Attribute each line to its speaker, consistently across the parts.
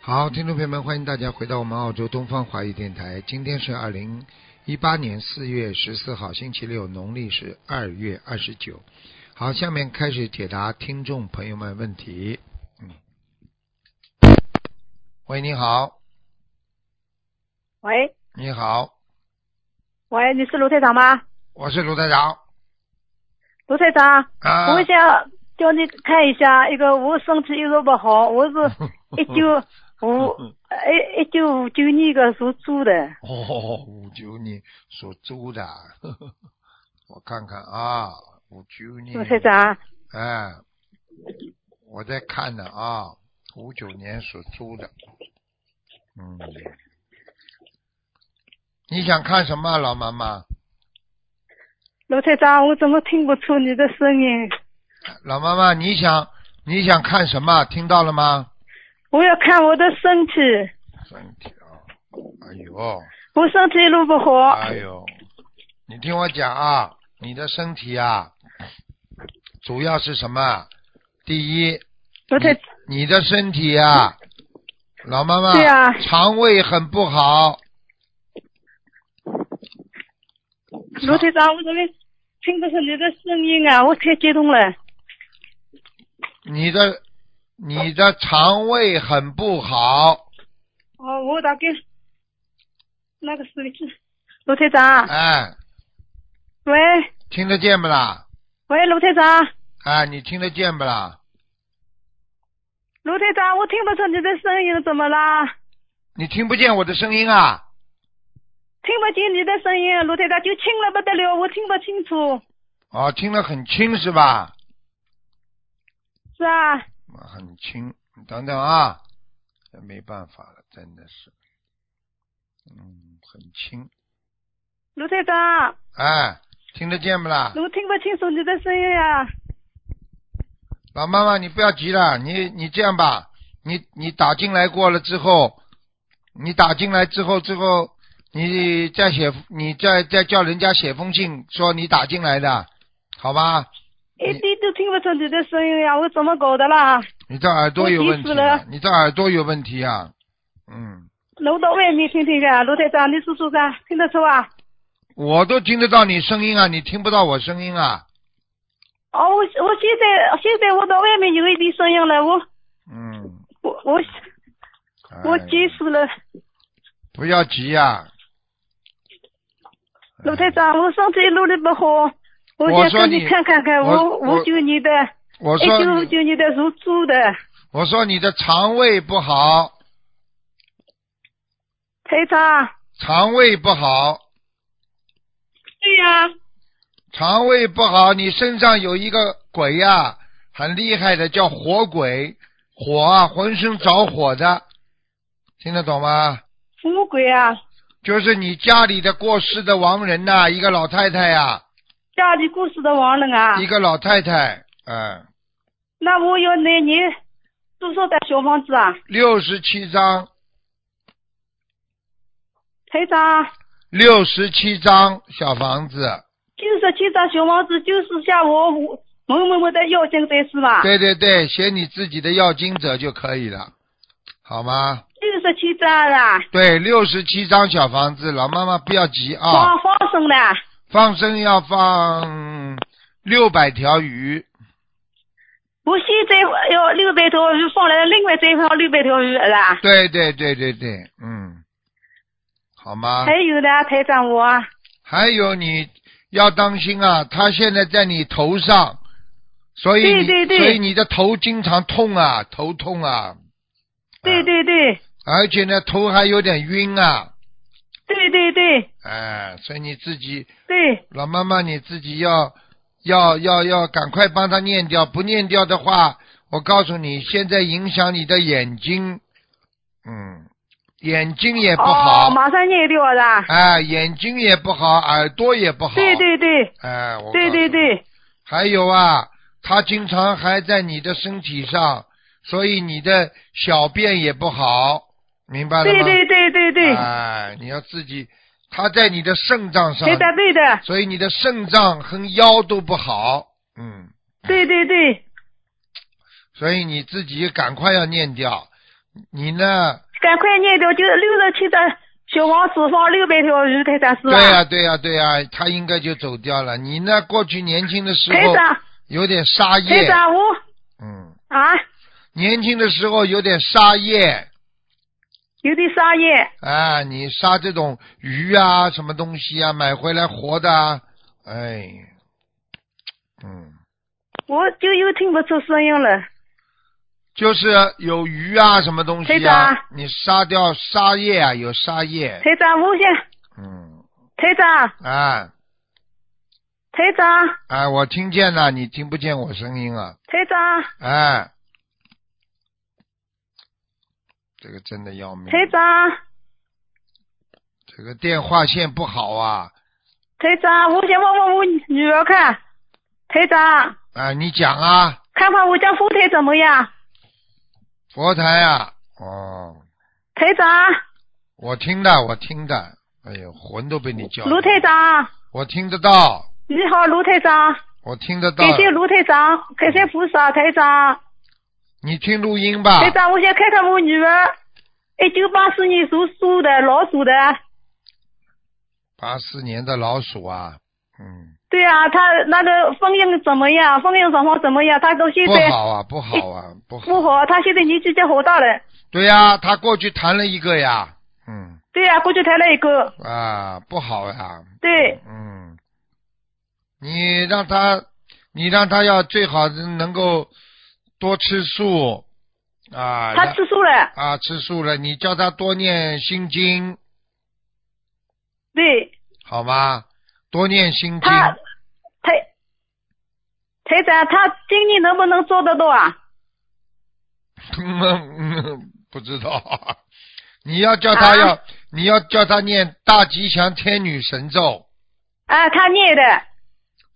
Speaker 1: 好，听众朋友们，欢迎大家回到我们澳洲东方华语电台。今天是二零一八年四月十四号，星期六，农历是二月二十九。好，下面开始解答听众朋友们问题。嗯，喂，你好，
Speaker 2: 喂
Speaker 1: 你好，
Speaker 2: 喂，你是卢台长吗？
Speaker 1: 我是卢台长
Speaker 2: 卢台长，
Speaker 1: 啊。
Speaker 2: 我想叫你看一下，一个我身体一直不好，我 是一九五一一九五九年个属猪的，
Speaker 1: 哦，五九年属猪的，呵呵 我看看啊，五九年
Speaker 2: 卢台长，
Speaker 1: 哎，我在看呢啊，五九年属猪的，嗯，你想看什么啊、老妈妈？
Speaker 2: 卢台长，我怎么听不出你的声音？
Speaker 1: 老妈妈，你想你想看什么？听到了吗？
Speaker 2: 我要看我的身体，
Speaker 1: 身体啊，哎呦，
Speaker 2: 我身体一路不好，
Speaker 1: 哎呦，你听我讲啊，你的身体啊，主要是什么？第一，
Speaker 2: 卢台，
Speaker 1: 你你的身体啊，老妈妈，
Speaker 2: 对啊
Speaker 1: 肠胃很不好，
Speaker 2: 卢台长，我怎么听不出你的声音啊？我太激动了，
Speaker 1: 你的你的肠胃很不好，
Speaker 2: 哦，我大概那个时候，卢台长，
Speaker 1: 哎，
Speaker 2: 喂
Speaker 1: 听得见不啦？
Speaker 2: 喂，卢台长。
Speaker 1: 哎，你听得见不啦？
Speaker 2: 卢队长，我听不出你的声音，怎么啦？
Speaker 1: 你听不见我的声音啊？
Speaker 2: 听不见你的声音，卢队长就轻了不得了，我听不清楚，
Speaker 1: 哦，听得很清是吧？
Speaker 2: 是啊，
Speaker 1: 很轻，你等等啊，这没办法了，真的是，嗯，很轻，
Speaker 2: 卢队长，
Speaker 1: 哎，听得见不啦？
Speaker 2: 我听不清楚你的声音呀、
Speaker 1: 老妈妈，你不要急了，你你这样吧，你你打进来过了之后，你打进来之后之后，你再写，你再再叫人家写封信说你打进来的，好吧？
Speaker 2: 一点都听不出你的声音呀、我怎么搞的啦？
Speaker 1: 你这耳朵有问题啊
Speaker 2: 我急死了，
Speaker 1: 你这耳朵有问题啊，嗯，
Speaker 2: 楼到外面听听看，卢队长，你说说看，听得出啊？
Speaker 1: 我都听得到你声音啊，你听不到我声音啊，
Speaker 2: 哦，我我现在现在我到外面有一点声音了，我
Speaker 1: 嗯，
Speaker 2: 我我
Speaker 1: 哎
Speaker 2: 我急死了，
Speaker 1: 不要急啊呀、
Speaker 2: 卢队长，我身体一路的不好，我
Speaker 1: 我
Speaker 2: 想
Speaker 1: 说
Speaker 2: 跟
Speaker 1: 你
Speaker 2: 看看看，
Speaker 1: 我
Speaker 2: 我
Speaker 1: 我
Speaker 2: 五九年的，
Speaker 1: 我
Speaker 2: 一
Speaker 1: 哎说
Speaker 2: 九五
Speaker 1: 你
Speaker 2: 九年的属猪的。
Speaker 1: 我说你的肠胃不好，
Speaker 2: 台长，
Speaker 1: 肠胃不好，
Speaker 2: 对呀、
Speaker 1: 肠胃不好，你身上有一个鬼呀、很厉害的，叫火鬼，火啊，浑身着火的，听得懂吗？
Speaker 2: 什么鬼啊？
Speaker 1: 就是你家里的过世的亡人呐、一个老太太呀、
Speaker 2: 家里故事的亡人啊
Speaker 1: 一！个老太太，嗯，
Speaker 2: 那我要拿你多少的小房子啊？
Speaker 1: 六十七张，
Speaker 2: 台长，
Speaker 1: 六十七张小房子，
Speaker 2: 九十七张小房子就是像我某某某的要经在是吧？
Speaker 1: 对对对，写你自己的要经者就可以了，好吗？
Speaker 2: 六十七张啊，
Speaker 1: 对，六十七张小房子，老妈妈不要急啊。
Speaker 2: 放放生的，
Speaker 1: 放生要放六百条鱼，
Speaker 2: 我现在要六百条鱼放了，另外再放六百条鱼是吧？
Speaker 1: 对对对对对，嗯，好吗？
Speaker 2: 还有呢，台长我啊
Speaker 1: 啊还有你要当心啊，它现在在你头上，所以你
Speaker 2: 对对对
Speaker 1: 所以你的头经常痛啊，头痛啊，
Speaker 2: 对
Speaker 1: 啊，
Speaker 2: 对对
Speaker 1: 而且呢头还有点晕啊，
Speaker 2: 对对对
Speaker 1: 哎，所以你自己
Speaker 2: 对，
Speaker 1: 老妈妈你自己要要要要赶快帮他念掉，不念掉的话，我告诉你，现在影响你的眼睛，嗯，眼睛哎也不好，
Speaker 2: 哦，马上念掉是吧？
Speaker 1: 哎，眼睛也不好，耳朵也不好，
Speaker 2: 对，对对
Speaker 1: 哎，我告诉你
Speaker 2: 对对，对。
Speaker 1: 还有啊，他经常还在你的身体上，所以你的小便也不好，明白了
Speaker 2: 对
Speaker 1: 吗？
Speaker 2: 对对对对，
Speaker 1: 哎，你要自己，他在你的肾脏上
Speaker 2: 对，的对的，
Speaker 1: 所以你的肾脏和腰都不好，嗯，
Speaker 2: 对对对
Speaker 1: 所以你自己赶快要念掉。你呢？
Speaker 2: 赶快念掉，就六十七的小王子放六百条鱼，台长是吧？啊
Speaker 1: 对呀、对呀、对呀、他应该就走掉了。你呢？过去年轻的时
Speaker 2: 台
Speaker 1: 候
Speaker 2: 长，
Speaker 1: 有点杀
Speaker 2: 台
Speaker 1: 业，
Speaker 2: 长，我
Speaker 1: 嗯，
Speaker 2: 啊
Speaker 1: 年轻的时候有点杀业
Speaker 2: 有点商业，
Speaker 1: 啊，你杀这种鱼啊，什么东西啊，买回来活的啊，哎，嗯，
Speaker 2: 我就又听不出声音了。
Speaker 1: 就是有鱼啊，什么东
Speaker 2: 台
Speaker 1: 西
Speaker 2: 长
Speaker 1: 啊，你杀掉杀业啊，有杀业，
Speaker 2: 台长，我想，
Speaker 1: 嗯，
Speaker 2: 台长，
Speaker 1: 啊
Speaker 2: 台长，
Speaker 1: 啊，我听见了，你听不见我声音啊了。
Speaker 2: 台长，
Speaker 1: 哎，这个真的要命。
Speaker 2: 台长，
Speaker 1: 这个电话线不好啊！
Speaker 2: 台长，我想问问我女儿看，台长，
Speaker 1: 啊，你讲啊，
Speaker 2: 看看我家后台怎么样？
Speaker 1: 佛台啊，哦，
Speaker 2: 台长，
Speaker 1: 我听的，我听的，哎呦，魂都被你叫。
Speaker 2: 卢台，长，
Speaker 1: 我听得到，
Speaker 2: 你好，卢台长，
Speaker 1: 我听得到
Speaker 2: 感。谢卢台长，感谢菩萨，台
Speaker 1: 啊
Speaker 2: 长，
Speaker 1: 你听录音吧。
Speaker 2: 台长，我想看看我女儿，一九八四年属鼠的，老鼠的，
Speaker 1: 八四年的老鼠啊，嗯，
Speaker 2: 对啊，她那个婚姻怎么样？婚姻状况怎么样？她到现
Speaker 1: 不
Speaker 2: 在
Speaker 1: 好啊，不好啊，不好。
Speaker 2: 不好，她现在年纪就好大了，
Speaker 1: 对呀、他过去谈了一个呀，嗯
Speaker 2: 对啊，过去谈了一个，
Speaker 1: 啊，不好呀、
Speaker 2: 对，
Speaker 1: 嗯，你让他，你让他要最好是能够多吃素啊，
Speaker 2: 她
Speaker 1: 让
Speaker 2: 吃素了，
Speaker 1: 啊吃素了，你叫他多念心经，
Speaker 2: 对。
Speaker 1: 好吗？多念心经，
Speaker 2: 他台台长，他今年能不能做得到啊？
Speaker 1: 嗯 不知道。你要叫他
Speaker 2: 啊
Speaker 1: 要，你要叫他念大吉祥天女神咒，
Speaker 2: 啊，他念的，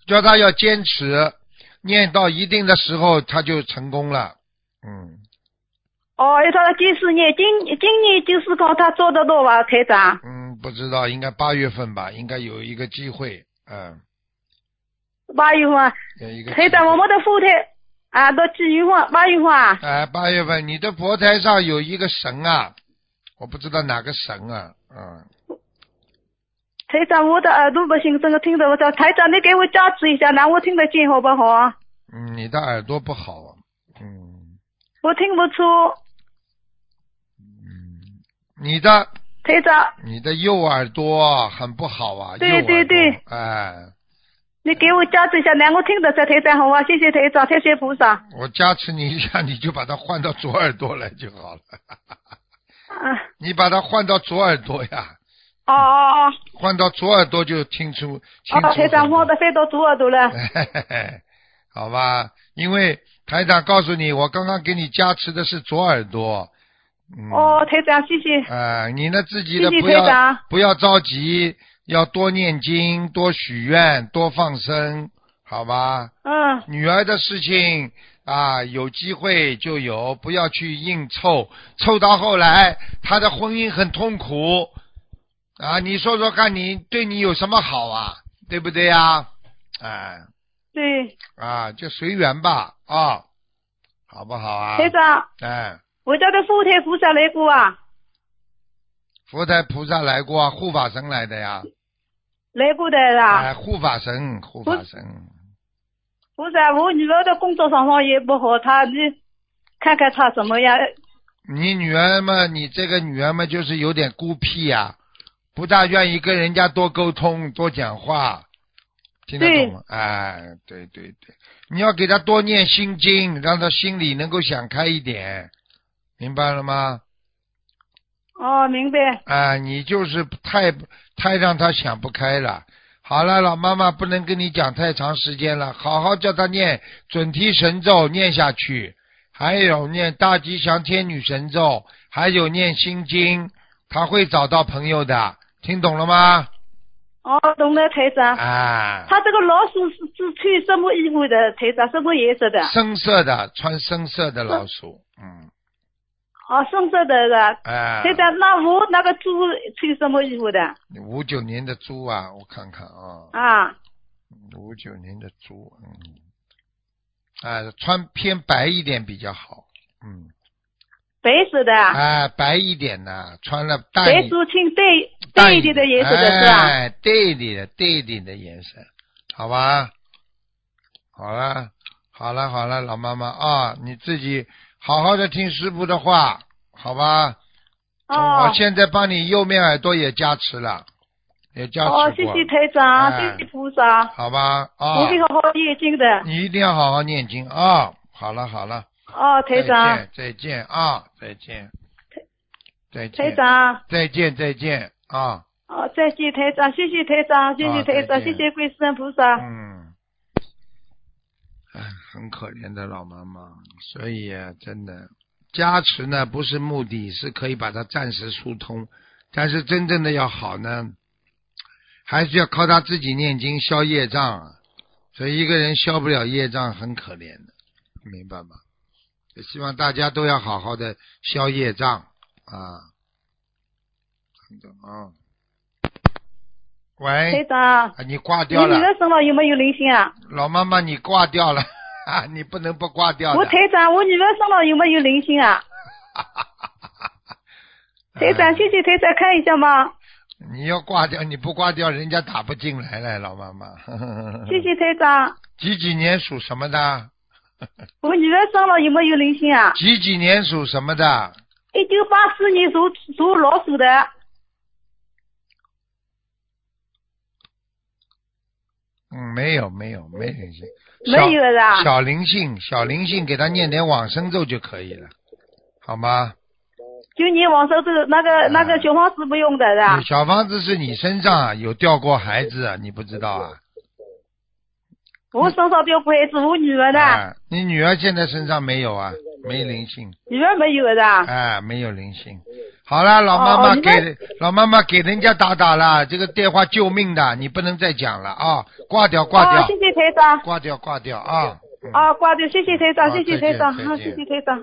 Speaker 1: 叫他要坚持，念到一定的时候他就成功了。嗯
Speaker 2: 哦，他就是念，今今年就是讲他做得到吧，台长。
Speaker 1: 嗯，不知道，应该八月份吧，应该有一个机会，嗯，
Speaker 2: 八月份，啊
Speaker 1: 有一个机会。
Speaker 2: 台长，我们的后台啊，到几月份？八月份啊？
Speaker 1: 哎，八月份你的佛台上有一个神啊，我不知道哪个神啊，嗯，
Speaker 2: 台长，我的耳朵不行，真的听得不着。台长，你给我加持一下，让我听得见好不好？
Speaker 1: 嗯你的耳朵不好啊，嗯
Speaker 2: 我听不出，
Speaker 1: 嗯，你的
Speaker 2: 台长，
Speaker 1: 你的右耳朵很不好啊，
Speaker 2: 对
Speaker 1: 右耳朵
Speaker 2: 对对，
Speaker 1: 哎，
Speaker 2: 你给我加持一下，让我听得着。台长，好啊，谢谢台长，谢谢菩萨。
Speaker 1: 我加持你一下，你就把它换到左耳朵来就好了，
Speaker 2: 啊，
Speaker 1: 你把它换到左耳朵呀，
Speaker 2: 哦哦哦。
Speaker 1: 换到左耳朵就听出清楚
Speaker 2: 哦，台长，
Speaker 1: 很多
Speaker 2: 我的飞到左耳朵了。
Speaker 1: 嘿嘿嘿， 好吧，因为台长告诉你，我刚刚给你加持的是左耳朵。嗯、
Speaker 2: 哦，台长，谢谢。
Speaker 1: 呃，你呢自己呢
Speaker 2: 谢谢
Speaker 1: 不要
Speaker 2: 台长
Speaker 1: 不要着急，要多念经，多许愿，多放生，好吧？
Speaker 2: 嗯，
Speaker 1: 女儿的事情啊，有机会就有，不要去硬凑，凑到后来她的婚姻很痛苦啊。你说说看你，对你有什么好啊？对不对呀、啊？哎、
Speaker 2: 对，
Speaker 1: 啊，就随缘吧啊，好不好啊？
Speaker 2: 台长，
Speaker 1: 哎，
Speaker 2: 我家的后台菩萨来过啊，
Speaker 1: 佛台菩萨来过啊，护法神来的呀。
Speaker 2: 来过的啦。
Speaker 1: 哎，护法神，护法神，
Speaker 2: 菩萨，我女儿的工作状况也不好，她你看看她怎么样？
Speaker 1: 你女儿嘛，你这个女儿嘛，就是有点孤僻呀、不大愿意跟人家多沟通、多讲话，听得懂吗？哎，对对对，你要给她多念心经，让她心里能够想开一点，明白了吗？
Speaker 2: 哦，明白。
Speaker 1: 啊，你就是太太让他想不开了。好了，老妈妈不能跟你讲太长时间了，好好叫他念准提神咒念下去，还有念大吉祥天女神咒，还有念心经，他会找到朋友的，听懂了吗？
Speaker 2: 哦，懂了，台长。
Speaker 1: 啊，
Speaker 2: 她这个老鼠是是穿什么衣服的？台长，什么颜色的？
Speaker 1: 深色的，穿深色的老鼠，嗯，
Speaker 2: 哦，深色的是吧？
Speaker 1: 哎、
Speaker 2: 台长，那我那个猪穿什么衣服的？
Speaker 1: 五九年的猪啊，我看看啊，
Speaker 2: 啊，
Speaker 1: 五九年的猪，嗯，啊，穿偏白一点比较好，嗯，
Speaker 2: 白色的啊，
Speaker 1: 哎，白一点的，穿了淡
Speaker 2: 白
Speaker 1: 一
Speaker 2: 竹青对
Speaker 1: 淡
Speaker 2: 对一点的颜色的是吧？
Speaker 1: 哎，对的，对的的颜色，好吧？好了，好了，好了，老妈妈啊，你自己好好的听师傅的话，好吧？
Speaker 2: 哦
Speaker 1: 我现在帮你右面耳朵也加持了，也加持过，
Speaker 2: 哦，谢谢台长，
Speaker 1: 哎
Speaker 2: 谢谢菩萨，
Speaker 1: 好吧？啊
Speaker 2: 我，会好好念经的。
Speaker 1: 你一定要好好念经啊！好了，好了，
Speaker 2: 哦，台长，
Speaker 1: 再见，再见啊，再见，再见，
Speaker 2: 台长，
Speaker 1: 再见，再见啊！
Speaker 2: 哦，再见，台长，谢谢台长，谢谢台
Speaker 1: 啊再
Speaker 2: 长，
Speaker 1: 见
Speaker 2: 谢谢观世音菩萨。
Speaker 1: 嗯，哎，很可怜的老妈妈，所以啊，真的加持呢不是目的，是可以把它暂时疏通，但是真正的要好呢，还是要靠他自己念经消业障啊。所以一个人消不了业障，很可怜的，明白吗？也希望大家都要好好的消业障啊，真的啊。
Speaker 2: 台
Speaker 1: 喂，
Speaker 2: 长，
Speaker 1: 啊你挂
Speaker 2: 你
Speaker 1: 掉了
Speaker 2: 你。的身上有没有灵性啊？
Speaker 1: 老妈妈，你挂掉了， 啊，你不能不挂掉的。
Speaker 2: 我台长，我女儿身上有没有灵性啊？台长，
Speaker 1: 哎
Speaker 2: 谢谢台长，看一下嘛。
Speaker 1: 你要挂掉，你不挂掉，人家打不进来了，老妈 妈。嗯
Speaker 2: 谢。谢台长，
Speaker 1: 几几年属什么的？
Speaker 2: 我女儿身上有没有灵性啊？
Speaker 1: 几几年属什么的？
Speaker 2: 一九八四年属属老鼠的，
Speaker 1: 嗯，没有，没有，没灵性。小
Speaker 2: 没有是吧？
Speaker 1: 小灵性，小灵性，给他念点往生咒就可以了，好吗？
Speaker 2: 就你往生咒那个
Speaker 1: 嗯
Speaker 2: 那个小房子不用的是啊吧
Speaker 1: 你？小房子是你身上啊有掉过孩子啊，你不知道啊？
Speaker 2: 我身上标牌是我女儿的，
Speaker 1: 啊，你女儿现在身上没有啊？没灵性。
Speaker 2: 女儿没有是吧？
Speaker 1: 哎，没有灵性。好了，老妈
Speaker 2: 啊哦
Speaker 1: 妈
Speaker 2: 你
Speaker 1: 给、
Speaker 2: 们
Speaker 1: 老妈妈给人家打打了，这个电话救命的，你不能再讲了啊！挂掉，挂掉，
Speaker 2: 哦，谢谢台长。
Speaker 1: 挂掉，挂掉啊！嗯
Speaker 2: 啊，挂掉，谢谢台
Speaker 1: 好
Speaker 2: 长，谢谢台长，
Speaker 1: 再见
Speaker 2: 好，
Speaker 1: 再见
Speaker 2: 谢谢台长。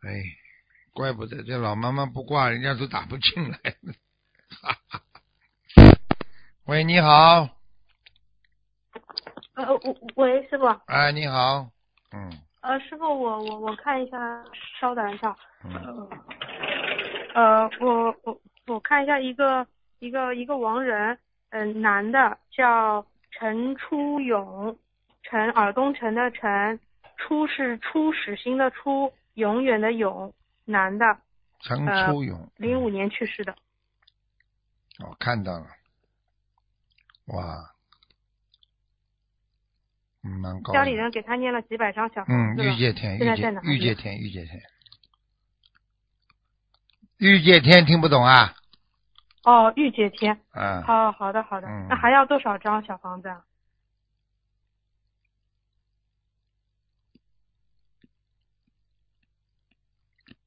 Speaker 1: 哎，怪不得这老妈妈不挂，人家都打不进来。 喂，你好，
Speaker 3: 呃，我喂，师傅，
Speaker 1: 哎，你好，嗯，
Speaker 3: 呃，师傅，我我我看一下，稍等一下，
Speaker 1: 嗯
Speaker 3: 呃，我我我看一下一个一个一个亡人，嗯、男的叫陈初勇，陈耳东陈的陈，初是初始新的初，永远的永，男的，
Speaker 1: 陈
Speaker 3: 呃
Speaker 1: 初勇，
Speaker 3: 零五年去世的，
Speaker 1: 我看到了，哇，嗯蛮高兴。
Speaker 3: 家里人给他念了几百张小
Speaker 1: 嗯
Speaker 3: 房，子了
Speaker 1: 玉，界天，
Speaker 3: 现
Speaker 1: 玉
Speaker 3: 在在
Speaker 1: 界
Speaker 3: 哪，
Speaker 1: 玉
Speaker 3: 里
Speaker 1: 界天，玉界天，玉界天听不懂啊？
Speaker 3: 哦，玉姐天，
Speaker 1: 啊，
Speaker 3: 哦，好的好的，
Speaker 1: 嗯
Speaker 3: 那还要多少张小房子啊？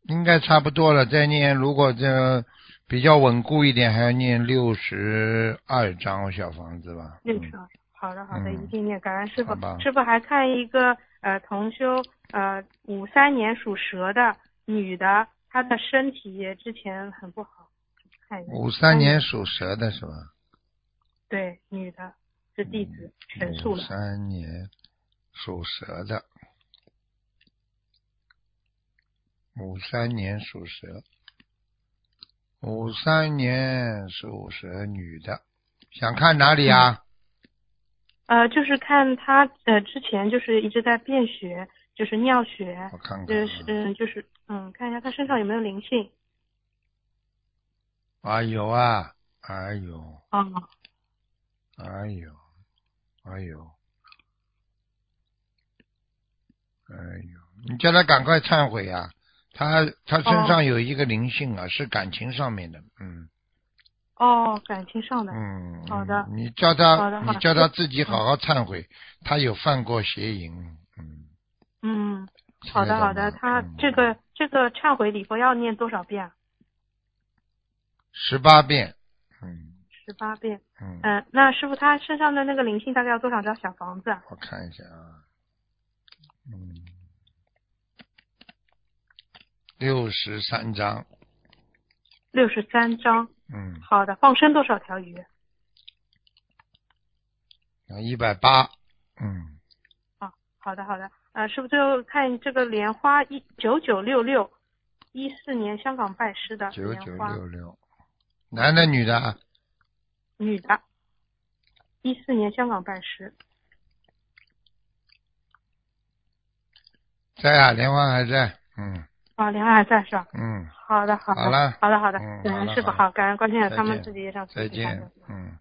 Speaker 1: 应该差不多了。再念，如果这比较稳固一点，还要念六十二张小房子吧。
Speaker 3: 六
Speaker 1: 嗯
Speaker 3: 十二。好的，好的，
Speaker 1: 嗯
Speaker 3: 一定念。感恩师傅
Speaker 1: 好吧。
Speaker 3: 师傅还看一个呃同修呃五三年属蛇的女的，她的身体之前很不好，看一下。
Speaker 1: 五三年属蛇的是吧？
Speaker 3: 对，女的是弟子神速
Speaker 1: 五
Speaker 3: 了。
Speaker 1: 嗯三年属蛇的，五三年属蛇，五三年属蛇女的，想看哪里啊？
Speaker 3: 呃，就是看她呃之前就是一直在便血，就是尿血，
Speaker 1: 我看看
Speaker 3: 就
Speaker 1: 啊。
Speaker 3: 是嗯就是嗯看一下她身上有没有灵性
Speaker 1: 哎呦啊，哎呦，
Speaker 3: 啊、
Speaker 1: 哎呦，哎呦，哎呦，你叫他赶快忏悔呀、他他身上有一个灵性啊，是感情上面的，嗯。
Speaker 3: 哦，感情上的。
Speaker 1: 嗯，
Speaker 3: 好的
Speaker 1: 你叫
Speaker 3: 好
Speaker 1: 他
Speaker 3: 的，好
Speaker 1: 你
Speaker 3: 的
Speaker 1: 叫他自己好好忏悔，他有犯过邪淫。嗯，
Speaker 3: 嗯，好的
Speaker 1: 听得懂
Speaker 3: 好的，
Speaker 1: 吗嗯
Speaker 3: 她这个这个忏悔礼佛要念多少遍啊？
Speaker 1: 十八遍，嗯
Speaker 3: 十八遍。
Speaker 1: 嗯，
Speaker 3: 嗯，那师傅他身上的那个灵性大概要多少张小房子啊？
Speaker 1: 我看一下啊，嗯，六十三章，
Speaker 3: 六十三张。
Speaker 1: 嗯，
Speaker 3: 好的，放生多少条鱼？
Speaker 1: 一百八，嗯，嗯
Speaker 3: 啊，好的好的。呃，是不是就看这个莲花一九九六六，一四年香港拜师的
Speaker 1: 九九
Speaker 3: 莲花，
Speaker 1: 六六，男的女的啊？
Speaker 3: 女的，一四年香港拜师，
Speaker 1: 在啊，莲花还在，嗯
Speaker 3: 啊，莲花还在是吧？
Speaker 1: 嗯，
Speaker 3: 好的，好的，
Speaker 1: 好了
Speaker 3: 好的，好的
Speaker 1: 嗯，
Speaker 3: 感
Speaker 1: 好
Speaker 3: 恩
Speaker 1: 了
Speaker 3: 师傅，
Speaker 1: 好了
Speaker 3: 好，感恩观世音
Speaker 1: 再
Speaker 3: 他们
Speaker 1: 见
Speaker 3: 自己让自
Speaker 1: 再
Speaker 3: 己看
Speaker 1: 见
Speaker 3: 着，
Speaker 1: 嗯。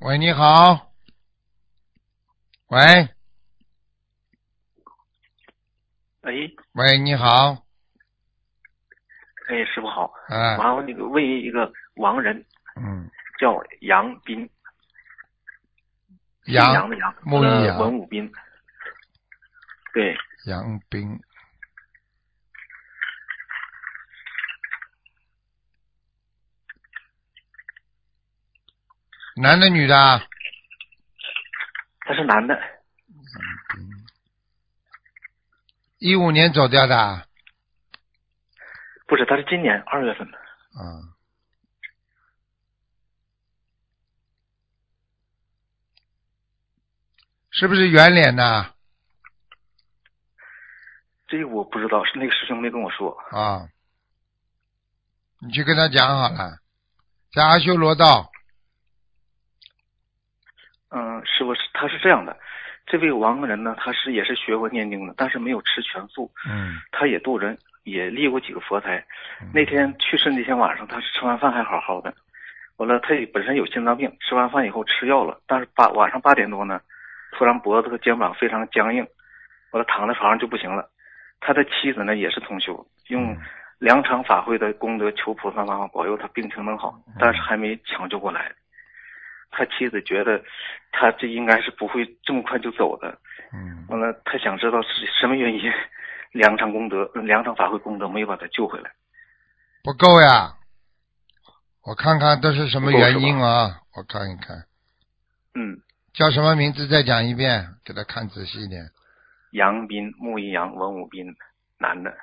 Speaker 1: 喂，你好。喂
Speaker 4: 哎
Speaker 1: 喂，你好，
Speaker 4: 哎，师傅好，
Speaker 1: 啊，
Speaker 4: 麻烦那个问一个亡人
Speaker 1: 嗯，
Speaker 4: 叫杨斌，姓
Speaker 1: 杨
Speaker 4: 杨的杨，
Speaker 1: 木易啊
Speaker 4: 呃
Speaker 1: 杨
Speaker 4: 文武斌，对，
Speaker 1: 杨斌，男的女的啊？
Speaker 4: 他是男的，
Speaker 1: 一五年走掉的啊？
Speaker 4: 不是，他是今年二月份的，
Speaker 1: 啊，是不是圆脸呐？
Speaker 4: 这个我不知道，是那个师兄没跟我说，
Speaker 1: 啊，你去跟他讲好了，在阿修罗道，
Speaker 4: 嗯，师傅是他是这样的，这位亡人呢，他是也是学过念经的，但是没有吃全素，
Speaker 1: 嗯，
Speaker 4: 他也度人，也立过几个佛台，那天去世那天晚上，他是吃完饭还好好的，完了他也本身有心脏病，吃完饭以后吃药了，但是八晚上八点多呢，突然脖子和肩膀非常僵硬，完了躺在床上就不行了。他的妻子呢也是同修，用
Speaker 1: 嗯
Speaker 4: 良场法会的功德求菩萨妈妈保佑他病情能好，
Speaker 1: 嗯
Speaker 4: 但是还没抢救过来。他妻子觉得他这应该是不会这么快就走的，
Speaker 1: 嗯
Speaker 4: 完了，他想知道是什么原因， 两场功德，呃两场法会功德没有把他救回来。
Speaker 1: 不够呀，我看看都是什么原因啊？我看一看，
Speaker 4: 嗯，
Speaker 1: 叫什么名字？再讲一遍，给他看仔细一点。
Speaker 4: 杨斌，木一杨，文武斌，男的，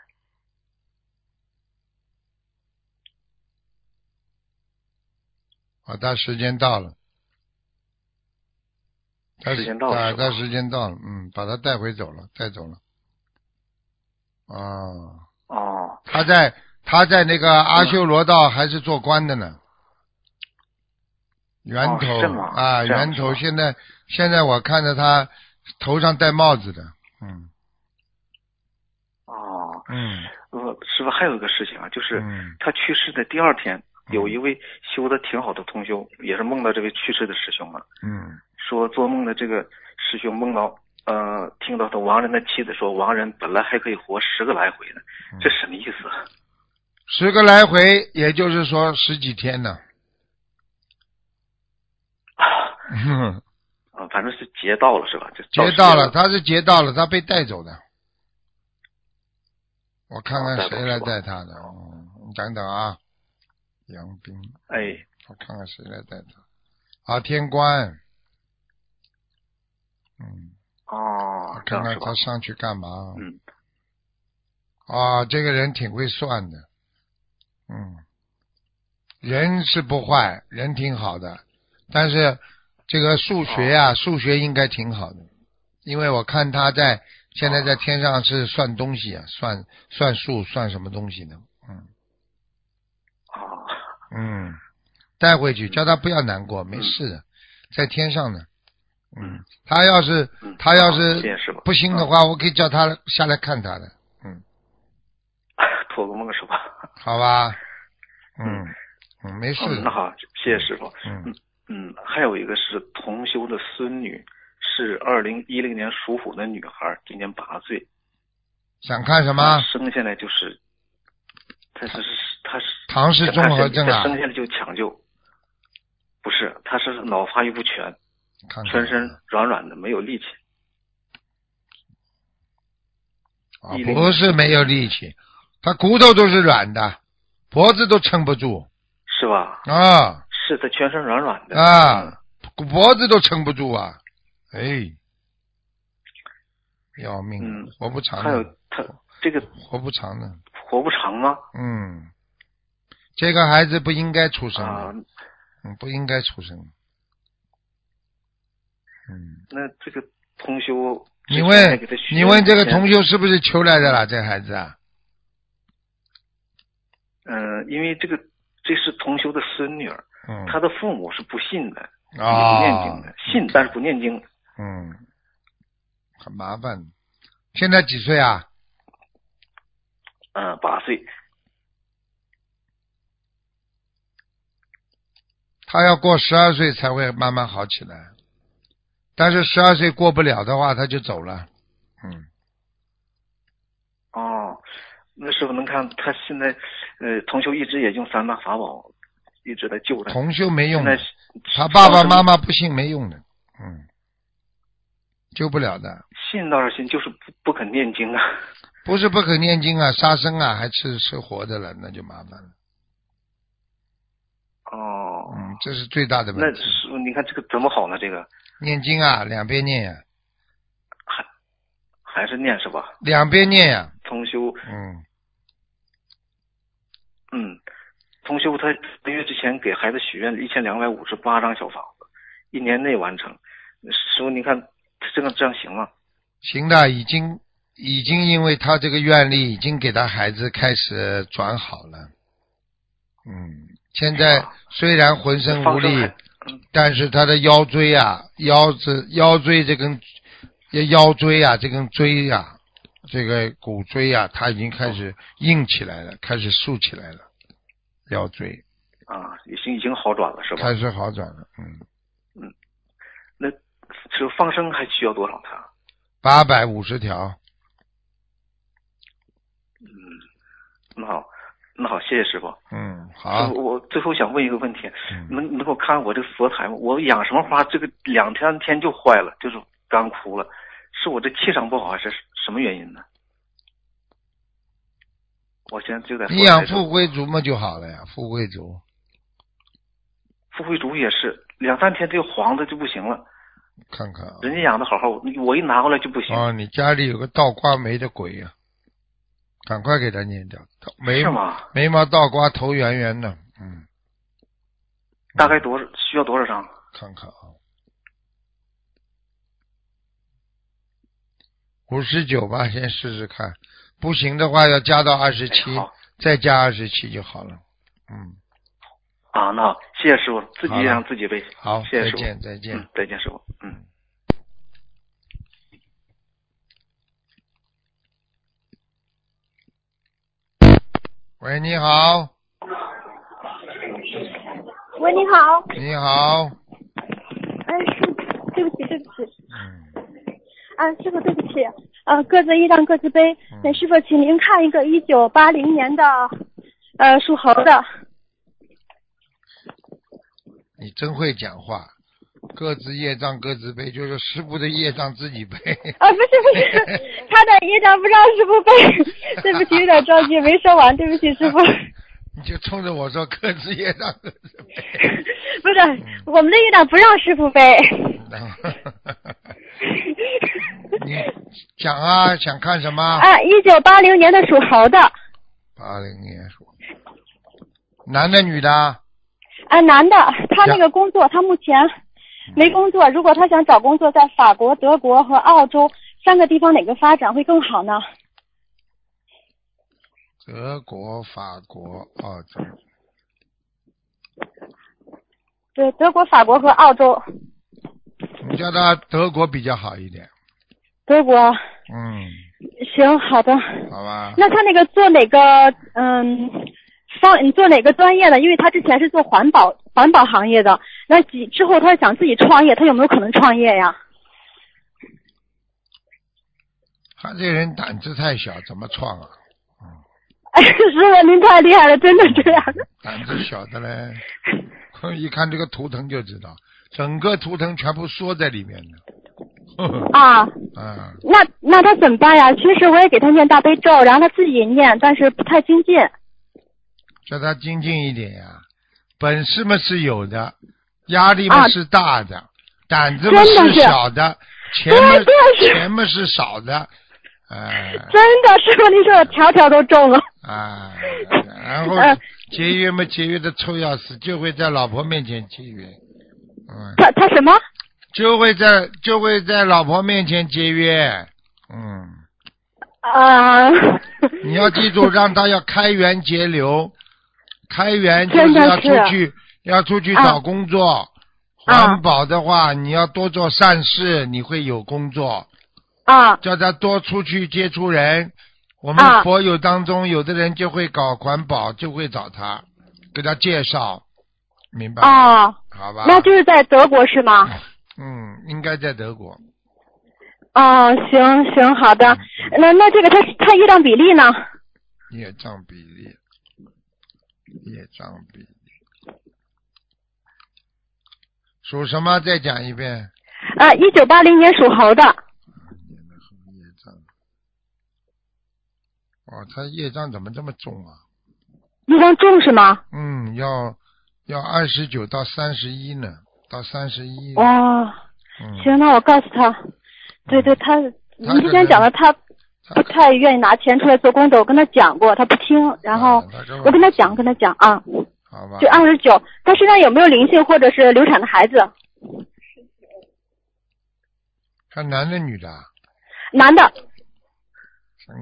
Speaker 1: 好，他时间到了，他
Speaker 4: 时间到了
Speaker 1: 啊
Speaker 4: 是吧
Speaker 1: 他时间到了，嗯，把他带回走了，带走了。哦，
Speaker 4: 哦，
Speaker 1: 他在他在那个
Speaker 4: 嗯
Speaker 1: 阿修罗道还是做官的呢，源
Speaker 4: 哦
Speaker 1: 头、
Speaker 4: 是吗
Speaker 1: 啊，
Speaker 4: 这样
Speaker 1: 源
Speaker 4: 是
Speaker 1: 头
Speaker 4: 吧
Speaker 1: 现在现在我看着他头上戴帽子的，嗯
Speaker 4: 哦，
Speaker 1: 嗯
Speaker 4: 呃，师傅还有一个事情啊，就是
Speaker 1: 嗯
Speaker 4: 他去世的第二天，
Speaker 1: 嗯
Speaker 4: 有一位修的挺好的同修，也是梦到这位去世的师兄了，
Speaker 1: 嗯
Speaker 4: 说做梦的这个师兄梦到，呃，听到他亡人的妻子说，亡人本来还可以活十个来回呢，
Speaker 1: 嗯
Speaker 4: 这什么意思啊？
Speaker 1: 十个来回，也就是说十几天呢，
Speaker 4: 啊
Speaker 1: 哼
Speaker 4: 啊，反正是劫到了是吧？就
Speaker 1: 劫
Speaker 4: 时间
Speaker 1: 到了，他是劫到了，他被带走的。我看
Speaker 4: 哦
Speaker 1: 看
Speaker 4: 带走
Speaker 1: 谁
Speaker 4: 是
Speaker 1: 来
Speaker 4: 吧
Speaker 1: 带他的，嗯，你等等啊，杨斌，
Speaker 4: 哎。
Speaker 1: 我看看谁来带他。啊，天官，嗯，
Speaker 4: 哦
Speaker 1: 我，
Speaker 4: 这
Speaker 1: 看
Speaker 4: 样
Speaker 1: 看
Speaker 4: 是吧
Speaker 1: 他？上去干嘛？
Speaker 4: 嗯，
Speaker 1: 啊，这个人挺会算的，嗯，人是不坏，人挺好的，但是这个数学啊，
Speaker 4: 哦
Speaker 1: 数学应该挺好的，因为我看他在现在在天上是算东西啊，算算数，算什么东西呢？嗯
Speaker 4: 哦，
Speaker 1: 嗯，带回去，叫他不要难过，没事
Speaker 4: 嗯
Speaker 1: 的，在天上呢。嗯，他要是
Speaker 4: 嗯
Speaker 1: 他要
Speaker 4: 好谢谢
Speaker 1: 是
Speaker 4: 师傅。嗯
Speaker 1: 不行的话，我可以叫他下来看他的，
Speaker 4: 托个梦是吧？
Speaker 1: 好吧？嗯嗯，没事的。
Speaker 4: 嗯，那好，谢谢师傅。
Speaker 1: 嗯
Speaker 4: 嗯，还有一个是同修的孙女，是二零一零年属虎的女孩，今年八岁。，
Speaker 1: 想看什
Speaker 4: 她
Speaker 1: 么？
Speaker 4: 生下来就是，她是她是
Speaker 1: 唐氏综合症啊
Speaker 4: 她，生下来就抢救，不是，她是脑发育不全，
Speaker 1: 看看
Speaker 4: 全身软软的，没有力气。
Speaker 1: 啊
Speaker 4: 一，零
Speaker 1: 不是没有力气，他骨头都是软的，脖子都撑不住
Speaker 4: 是吧？
Speaker 1: 啊
Speaker 4: 是她全身软软的
Speaker 1: 啊，脖子都撑不住啊，哎，要命啊
Speaker 4: 嗯，
Speaker 1: 活不
Speaker 4: 嗯
Speaker 1: 长
Speaker 4: 还有
Speaker 1: 的，
Speaker 4: 她这个
Speaker 1: 活不长的，
Speaker 4: 活不长吗？
Speaker 1: 嗯，这个孩子不应该出生
Speaker 4: 啊
Speaker 1: 的，，嗯，不应该出生，嗯，
Speaker 4: 那这个同修
Speaker 1: 你问
Speaker 4: 给他许
Speaker 1: 你
Speaker 4: 愿
Speaker 1: 问这个
Speaker 4: 之前
Speaker 1: 同修是不是求来的啦？这孩子啊，
Speaker 4: 嗯、因为这个这是同修的孙女儿，
Speaker 1: 嗯，
Speaker 4: 她的父母是不信的，也不念
Speaker 1: 啊
Speaker 4: 经，的，信但是不念经。
Speaker 1: 嗯，很麻烦。现在几岁啊？
Speaker 4: 嗯、八岁，
Speaker 1: 他要过十二岁才会慢慢好起来，但是十二岁过不了的话，他就走了。嗯，
Speaker 4: 哦，那师傅能看他现在，呃，同修一直也用三大法宝，一直在救他。
Speaker 1: 同修没用
Speaker 4: 现在
Speaker 1: 的，他爸爸妈妈不信没用的，嗯，救不了的。
Speaker 4: 信倒是信，就是不不肯念经啊。
Speaker 1: 不是不肯念经啊，杀生啊，还吃吃活的了，那就麻烦了。
Speaker 4: 哦，
Speaker 1: 嗯，这是最大的
Speaker 4: 那
Speaker 1: 问题。
Speaker 4: 师傅你看这个怎么好呢？这个
Speaker 1: 念经啊，两边念呀、
Speaker 4: 还还是念是吧？
Speaker 1: 两边念呀、
Speaker 4: 同修，
Speaker 1: 嗯，
Speaker 4: 嗯，同修他一月之前给孩子许愿一千两百五十八张小房子，一年内完成。师傅，您看他这个这样行吗？
Speaker 1: 行的，已经已经因为他这个愿力，已经给他孩子开始转好了。嗯，现在虽然浑身无
Speaker 4: 哎放生
Speaker 1: 力
Speaker 4: 还，嗯
Speaker 1: 但是他的腰椎啊，腰子腰椎这根腰椎啊，这根椎啊，这个骨椎啊，他已经开始硬起来了，开始竖起来了，腰椎
Speaker 4: 啊，已经已经好转了是吧？
Speaker 1: 开始好转了。嗯，
Speaker 4: 那师傅放生还需要多少条？
Speaker 1: 八百五十条。
Speaker 4: 那好，那好，谢谢师傅。
Speaker 1: 嗯，
Speaker 4: 师
Speaker 1: 好
Speaker 4: 傅，，我最后想问一个问题，
Speaker 1: 嗯
Speaker 4: 能能给我看我这佛台吗？我养什么花，这个两三天就坏了，就是干枯了，是我这气场不好还是什么原因呢？我现在就在
Speaker 1: 你养
Speaker 4: 佛台上
Speaker 1: 富贵竹嘛就好了呀，富贵竹
Speaker 4: 富贵竹也是两三天这个黄的就不行了，
Speaker 1: 看看啊。
Speaker 4: 人家养的好好，我一拿过来就不行，
Speaker 1: 哦，你家里有个倒挂眉的鬼呀、赶快给他念掉。倒眉
Speaker 4: 是吗？
Speaker 1: 眉毛倒挂，头圆圆的，嗯，
Speaker 4: 大概多少需要多少张？
Speaker 1: 看看啊，五十九吧，先试试看。不行的话，要加到二十
Speaker 4: 哎
Speaker 1: 七，
Speaker 4: 好
Speaker 1: 再加二十七就好了。嗯，
Speaker 4: 啊，那好，谢谢师傅，自己
Speaker 1: 好了
Speaker 4: 也让自己背。
Speaker 1: 好，
Speaker 4: 谢谢
Speaker 1: 再
Speaker 4: 师傅
Speaker 1: 见，再见。
Speaker 4: 嗯，再见，师傅。嗯。
Speaker 1: 喂，你好，
Speaker 5: 喂，你好，
Speaker 1: 你好，
Speaker 5: 哎，师傅，对不起，对不起，
Speaker 1: 嗯，
Speaker 5: 啊，师傅，对不起，呃，各自一让各自背。那师傅，请您看一个一九八零年的，呃，属猴的，
Speaker 1: 你真会讲话。各自业障各自背，就是师傅的业障自己背。
Speaker 5: 啊，不是不是，他的业障不让师傅背，对不起，有点着急，没说完，对不起，师傅。
Speaker 1: 你就冲着我说各自业障各自背。
Speaker 5: 不是，我们的业障不让师傅背。
Speaker 1: 你讲啊，想看什么？
Speaker 5: 啊，一九八零年的属猴的，
Speaker 1: 八零年属，男的女的啊？
Speaker 5: 啊，嗯男的，他那个工作，他目前没工作。如果他想找工作，在法国、德国和澳洲三个地方哪个发展会更好呢？
Speaker 1: 德国、法国、澳洲。
Speaker 5: 对，德国、法国和澳洲。
Speaker 1: 你叫他德国比较好一点。
Speaker 5: 德国，
Speaker 1: 嗯，
Speaker 5: 行，好的。
Speaker 1: 好吧。
Speaker 5: 那他那个做哪个嗯方？你做哪个专业的？因为他之前是做环保环保行业的，那几之后他想自己创业，他有没有可能创业呀？
Speaker 1: 他这人胆子太小，怎么创啊？
Speaker 5: 哎，师傅您太厉害了，真的这样。
Speaker 1: 胆子小的嘞，一看这个图腾就知道，整个图腾全部缩在里面的。 呵呵
Speaker 5: 啊，
Speaker 1: 啊，
Speaker 5: 那那他怎么办呀？平时我也给他念大悲咒，然后他自己也念，但是不太精进。
Speaker 1: 叫他精进一点呀、本事嘛是有的，压力嘛
Speaker 5: 啊
Speaker 1: 是大的，胆子嘛
Speaker 5: 真的是
Speaker 1: 小的，钱
Speaker 5: 对
Speaker 1: 嘛
Speaker 5: 对是
Speaker 1: 钱嘛是少的，哎、
Speaker 5: 真的，师傅您说我条条都中了。
Speaker 1: 啊，然后
Speaker 5: 呃
Speaker 1: 节约嘛节约的臭要死，就会在老婆面前节约，嗯，
Speaker 5: 他他什么？
Speaker 1: 就会在就会在老婆面前节约，嗯，
Speaker 5: 啊，
Speaker 1: 你要记住，让他要开源节 流，开源就是要出
Speaker 5: 真的
Speaker 1: 去，要出去
Speaker 5: 啊
Speaker 1: 找工作。
Speaker 5: 啊
Speaker 1: 环保的话，你要多做善事，你会有工作。
Speaker 5: 啊
Speaker 1: 叫他多出去接触人。我们
Speaker 5: 啊
Speaker 1: 佛友当中，有的人就会搞环保，就会找他，给他介绍，明白吗？
Speaker 5: 啊，
Speaker 1: 好吧。
Speaker 5: 那就是在德国是吗？
Speaker 1: 嗯，应该在德国。嗯
Speaker 5: 哦，行行，好的。那那这个他他业障比例呢？
Speaker 1: 业障比例，业障比例，属什么？再讲一遍。
Speaker 5: 啊，一九八零年属猴的。
Speaker 1: 业障。哦，他业障怎么这么重啊？
Speaker 5: 业障重是吗？
Speaker 1: 嗯，要要二十九到三十一呢，到三十一。
Speaker 5: 哦，
Speaker 1: 嗯，
Speaker 5: 行，那我告诉他。对对，他您之前讲了，他
Speaker 1: 他
Speaker 5: 不太愿意拿钱出来做功德，我跟他讲过，他不听。然后
Speaker 1: 嗯他根本
Speaker 5: 我跟他讲，跟他讲啊，
Speaker 1: 好吧
Speaker 5: 就，二十九，他身上有没有灵性或者是流产的孩子？
Speaker 1: 他男的女的啊，
Speaker 5: 男的，
Speaker 1: 身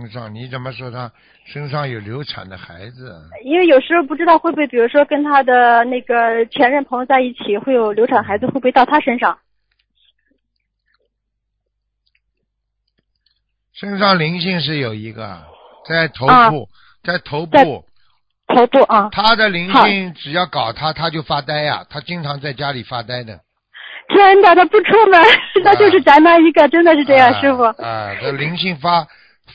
Speaker 1: 身上你怎么说他身上有流产的孩子？
Speaker 5: 因为有时候不知道会不会，比如说跟他的那个前任朋友在一起，会有流产孩子，会不会到他身上？
Speaker 1: 身上灵性是有一个，在头部，
Speaker 5: 啊
Speaker 1: 在头
Speaker 5: 在
Speaker 1: 部，
Speaker 5: 头部啊，
Speaker 1: 他的灵
Speaker 5: 好
Speaker 1: 性只要搞他，他就发呆呀、啊他经常在家里发呆的。
Speaker 5: 真的，他不出门，他就是宅男一个，真的是这样，
Speaker 1: 啊
Speaker 5: 师傅。
Speaker 1: 啊，这灵性发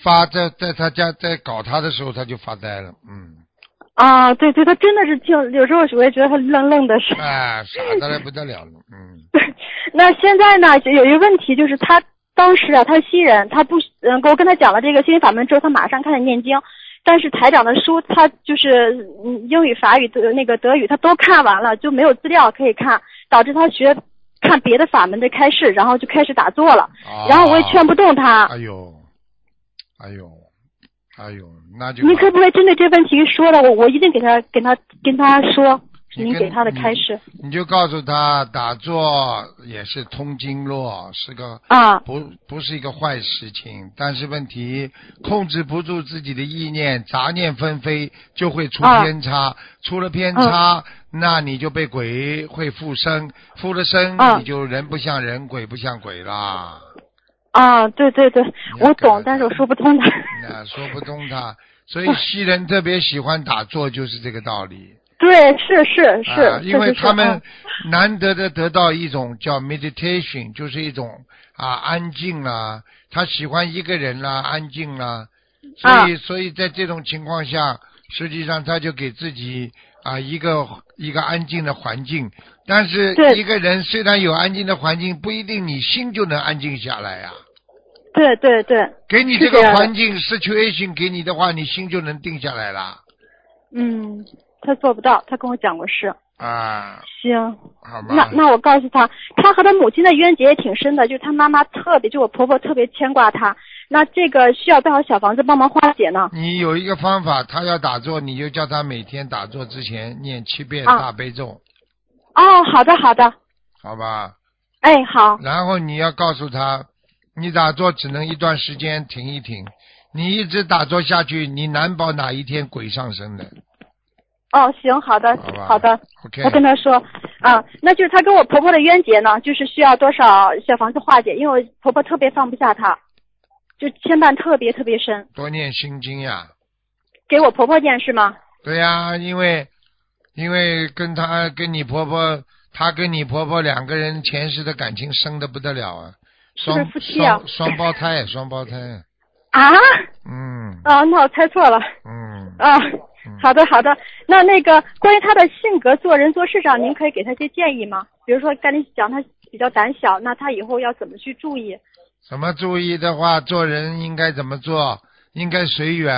Speaker 1: 发在在他家在搞他的时候，他就发呆了， 嗯，
Speaker 5: 啊，对对，他真的是挺，有时候我也觉得他愣愣的是。
Speaker 1: 啊，傻的来不得了了，嗯，
Speaker 5: 那现在呢，就有一个问题就是他当时啊，他是西人，他不，嗯，我跟他讲了这个心灵法门之后，他马上开始念经，但是台长的书他就是嗯英语、法语、德那个德语他都看完了，就没有资料可以看，导致他学看别的法门的开示，然后就开始打坐了，
Speaker 1: 啊
Speaker 5: 然后我也劝不动他。
Speaker 1: 哎呦，哎呦，哎呦，那就
Speaker 5: 您可不可以针对这问题说了？我我一定给他给他跟他说，
Speaker 1: 你
Speaker 5: 您
Speaker 1: 跟
Speaker 5: 给他的
Speaker 1: 你
Speaker 5: 开示
Speaker 1: 你就告诉他，打坐也是通经络，是个
Speaker 5: 啊
Speaker 1: 不不是一个坏事情，但是问题控制不住自己的意念，杂念纷飞就会出
Speaker 5: 啊
Speaker 1: 偏差，出了偏差，那你就被鬼会附身，附了身、
Speaker 5: 啊
Speaker 1: 你就人不像人，鬼不像鬼啦。
Speaker 5: 啊！对对对，
Speaker 1: 要
Speaker 5: 我
Speaker 1: 给他
Speaker 5: 懂，但是我说不通他。
Speaker 1: 那说不通他，所以西人特别喜欢打坐，就是这个道理。
Speaker 5: 对，是是是，
Speaker 1: 啊，因
Speaker 5: 确
Speaker 1: 为
Speaker 5: 实是
Speaker 1: 他们
Speaker 5: 嗯
Speaker 1: 难得的得到一种叫 meditation，就是一种啊安静啦、他喜欢一个人啦、安静啦、
Speaker 5: 啊
Speaker 1: 所以所以在这种情况下，实际上他就给自己啊一个一个安静的环境。但是
Speaker 5: 对
Speaker 1: 一个人虽然有安静的环境，不一定你心就能安静下来呀、啊
Speaker 5: 对对对，
Speaker 1: 给你
Speaker 5: 是
Speaker 1: 这个
Speaker 5: 这样的
Speaker 1: 环境 situation 给你的话，你心就能定下来啦。
Speaker 5: 嗯，他做不到，他跟我讲过是。
Speaker 1: 啊，
Speaker 5: 行，
Speaker 1: 好吧。
Speaker 5: 那那我告诉他，他和他母亲的冤结也挺深的，就是他妈妈特别，就我婆婆特别牵挂他。那这个需要多少小房子帮忙化解呢？
Speaker 1: 你有一个方法，他要打坐，你就叫他每天打坐之前念七遍
Speaker 5: 啊
Speaker 1: 大悲咒，
Speaker 5: 哦，好的好的，
Speaker 1: 好吧？
Speaker 5: 哎好，
Speaker 1: 然后你要告诉他，你打坐只能一段时间停一停，你一直打坐下去，你难保哪一天鬼上身的，
Speaker 5: 哦行好的
Speaker 1: 好吧？
Speaker 5: 好的，
Speaker 1: ，OK，
Speaker 5: 我跟他说啊，那就是他跟我婆婆的冤结呢，就是需要多少小房子化解？因为我婆婆特别放不下他，就牵绊特别特别深。
Speaker 1: 多念心经呀、
Speaker 5: 给我婆婆念是吗？
Speaker 1: 对呀、因为因为跟他跟你婆婆，她跟你婆婆两个人前世的感情深的不得了啊，
Speaker 5: 是不是
Speaker 1: 双
Speaker 5: 夫妻啊
Speaker 1: 双双胞胎，双胞胎，
Speaker 5: 啊
Speaker 1: 嗯
Speaker 5: 啊，那我猜错了
Speaker 1: 嗯。
Speaker 5: 啊。好的，好的。那那个关于他的性格、做人、做事上，您可以给他一些建议吗？比如说，刚才讲他比较胆小，那他以后要怎么去注意？
Speaker 1: 怎么注意的话，做人应该怎么做？应该随缘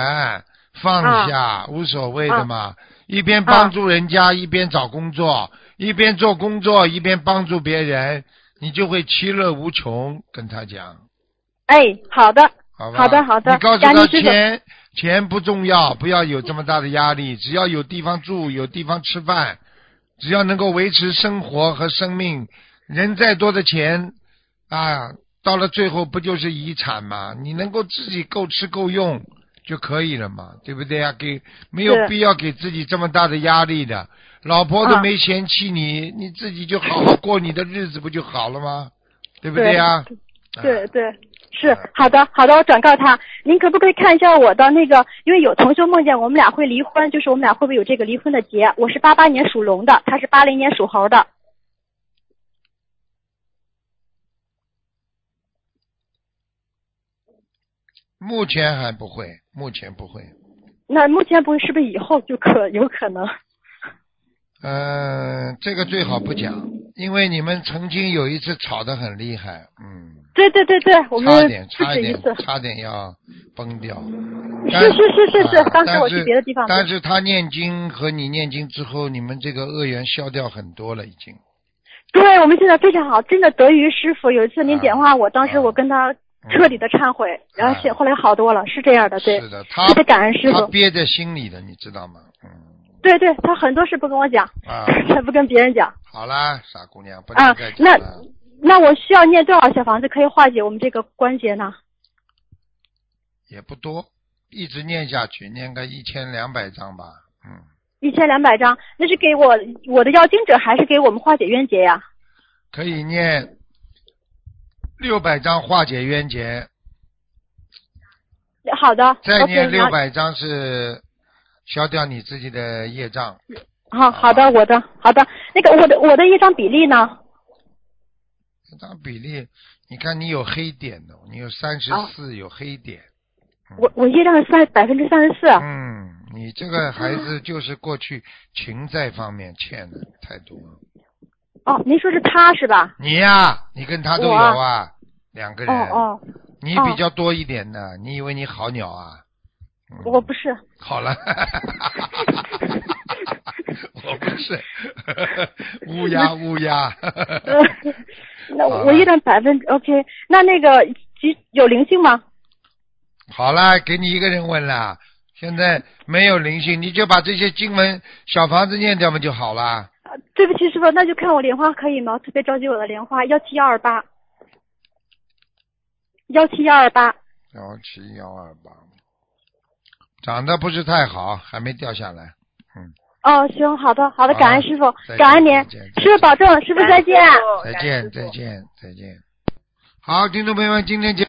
Speaker 1: 放下，无所谓的嘛。一边帮助人家，一边找工作，一边做工作，一边帮助别人，你就会其乐无穷。跟他讲，
Speaker 5: 哎，好的，
Speaker 1: 好吧？
Speaker 5: 好的好的
Speaker 1: 你告诉
Speaker 5: 感
Speaker 1: 他
Speaker 5: 恩师傅
Speaker 1: 钱钱不重要，不要有这么大的压力，只要有地方住，有地方吃饭，只要能够维持生活和生命，人再多的钱啊，到了最后不就是遗产嘛？你能够自己够吃够用就可以了嘛，对不对啊？给没有
Speaker 2: 是
Speaker 1: 必要给自己这么大的压力的，老婆都
Speaker 2: 啊
Speaker 1: 没嫌弃你，你自己就好好过你的日子不就好了吗？对不对呀、啊？
Speaker 5: 对对，是
Speaker 1: 嗯
Speaker 5: 好的好的，我转告他。您可不可以看一下我的那个？因为有同学梦见我们俩会离婚，就是我们俩会不会有这个离婚的结？我是八八年属龙的，他是八零年属猴的。
Speaker 1: 目前还不会，目前不会。
Speaker 5: 那目前不会，是不是以后就可有可能？
Speaker 1: 嗯、这个最好不讲，因为你们曾经有一次吵得很厉害，嗯。
Speaker 5: 对对对对，我
Speaker 1: 差
Speaker 5: 们
Speaker 1: 点，
Speaker 5: 不
Speaker 1: 差
Speaker 5: 止一
Speaker 1: 点
Speaker 5: 次，。
Speaker 1: 差点要崩掉。但
Speaker 5: 是是是是是
Speaker 1: 啊，
Speaker 5: 当时
Speaker 1: 但
Speaker 5: 我去
Speaker 1: 是
Speaker 5: 别的地方
Speaker 1: 但是他念经和你念经之后，你们这个恶缘消掉很多了，已经。
Speaker 5: 对，我们现在非常好，真的得益于师傅。有一次您
Speaker 1: 啊
Speaker 5: 点化我，当时
Speaker 1: 啊
Speaker 5: 我跟他彻底的忏悔，然后现
Speaker 1: 啊
Speaker 5: 后来好多了，是这样的，对
Speaker 1: 是，啊的，他
Speaker 5: 特别感恩师
Speaker 1: 他
Speaker 5: 傅。
Speaker 1: 憋在心里的，你知道吗？嗯
Speaker 5: 对对，他很多事不跟我讲，
Speaker 1: 啊，
Speaker 5: 他不跟别人讲。
Speaker 1: 好啦，傻姑娘，不
Speaker 5: 啊
Speaker 1: 能再讲
Speaker 5: 那
Speaker 1: 了。
Speaker 5: 那我需要念多少小房子可以化解我们这个关节呢？
Speaker 1: 也不多，一直念下去，念个一千两百章吧。嗯，
Speaker 5: 一千两百张，那是给我我的要经者，还是给我们化解冤结呀？
Speaker 1: 可以念六百章化解冤结，
Speaker 5: 好的，
Speaker 1: 再
Speaker 5: o
Speaker 1: 念
Speaker 5: k
Speaker 1: 六。百章是消掉你自己的业障。
Speaker 5: 好好
Speaker 1: 啊
Speaker 5: 的，我的好的，那个我的我的业障比例呢？
Speaker 1: 这张比例，你看你有黑点的，你有三十
Speaker 5: 哦
Speaker 1: 四有黑点。
Speaker 5: 我我业障是三百分之三十四。
Speaker 1: 嗯，你这个孩子就是过去情债方面欠的太多了。
Speaker 5: 哦，您说是他是吧？
Speaker 1: 你呀、你跟他都有
Speaker 5: 我
Speaker 1: 啊，两个
Speaker 5: 哦
Speaker 1: 人。
Speaker 5: 哦，
Speaker 1: 你比较多一点的，你以为你好鸟啊？嗯
Speaker 5: 我 不是，
Speaker 1: 好了，我不是 乌鸦乌鸦。
Speaker 5: 呃那
Speaker 1: 好
Speaker 5: 我
Speaker 1: 了
Speaker 5: 我业障百分之 OK，那那个几有灵性吗？
Speaker 1: 好啦，给你一个人问啦。现在没有灵性，你就把这些经文小房子念掉嘛就好啦。
Speaker 5: 啊对不起，师傅，那就看我莲花可以吗？特别着急我的莲花，幺七幺二八，幺七幺二八，
Speaker 1: 幺七幺二八，长得不是太好，还没掉下来。
Speaker 5: 哦，行，好的，好的，
Speaker 1: 好啊
Speaker 5: 感恩师傅
Speaker 1: 再，见
Speaker 5: 感恩您
Speaker 1: 再见，再
Speaker 5: 师傅
Speaker 1: 见
Speaker 5: 保重，师傅再见。
Speaker 1: 再见，再见，再见。好，听众朋友们，今天节。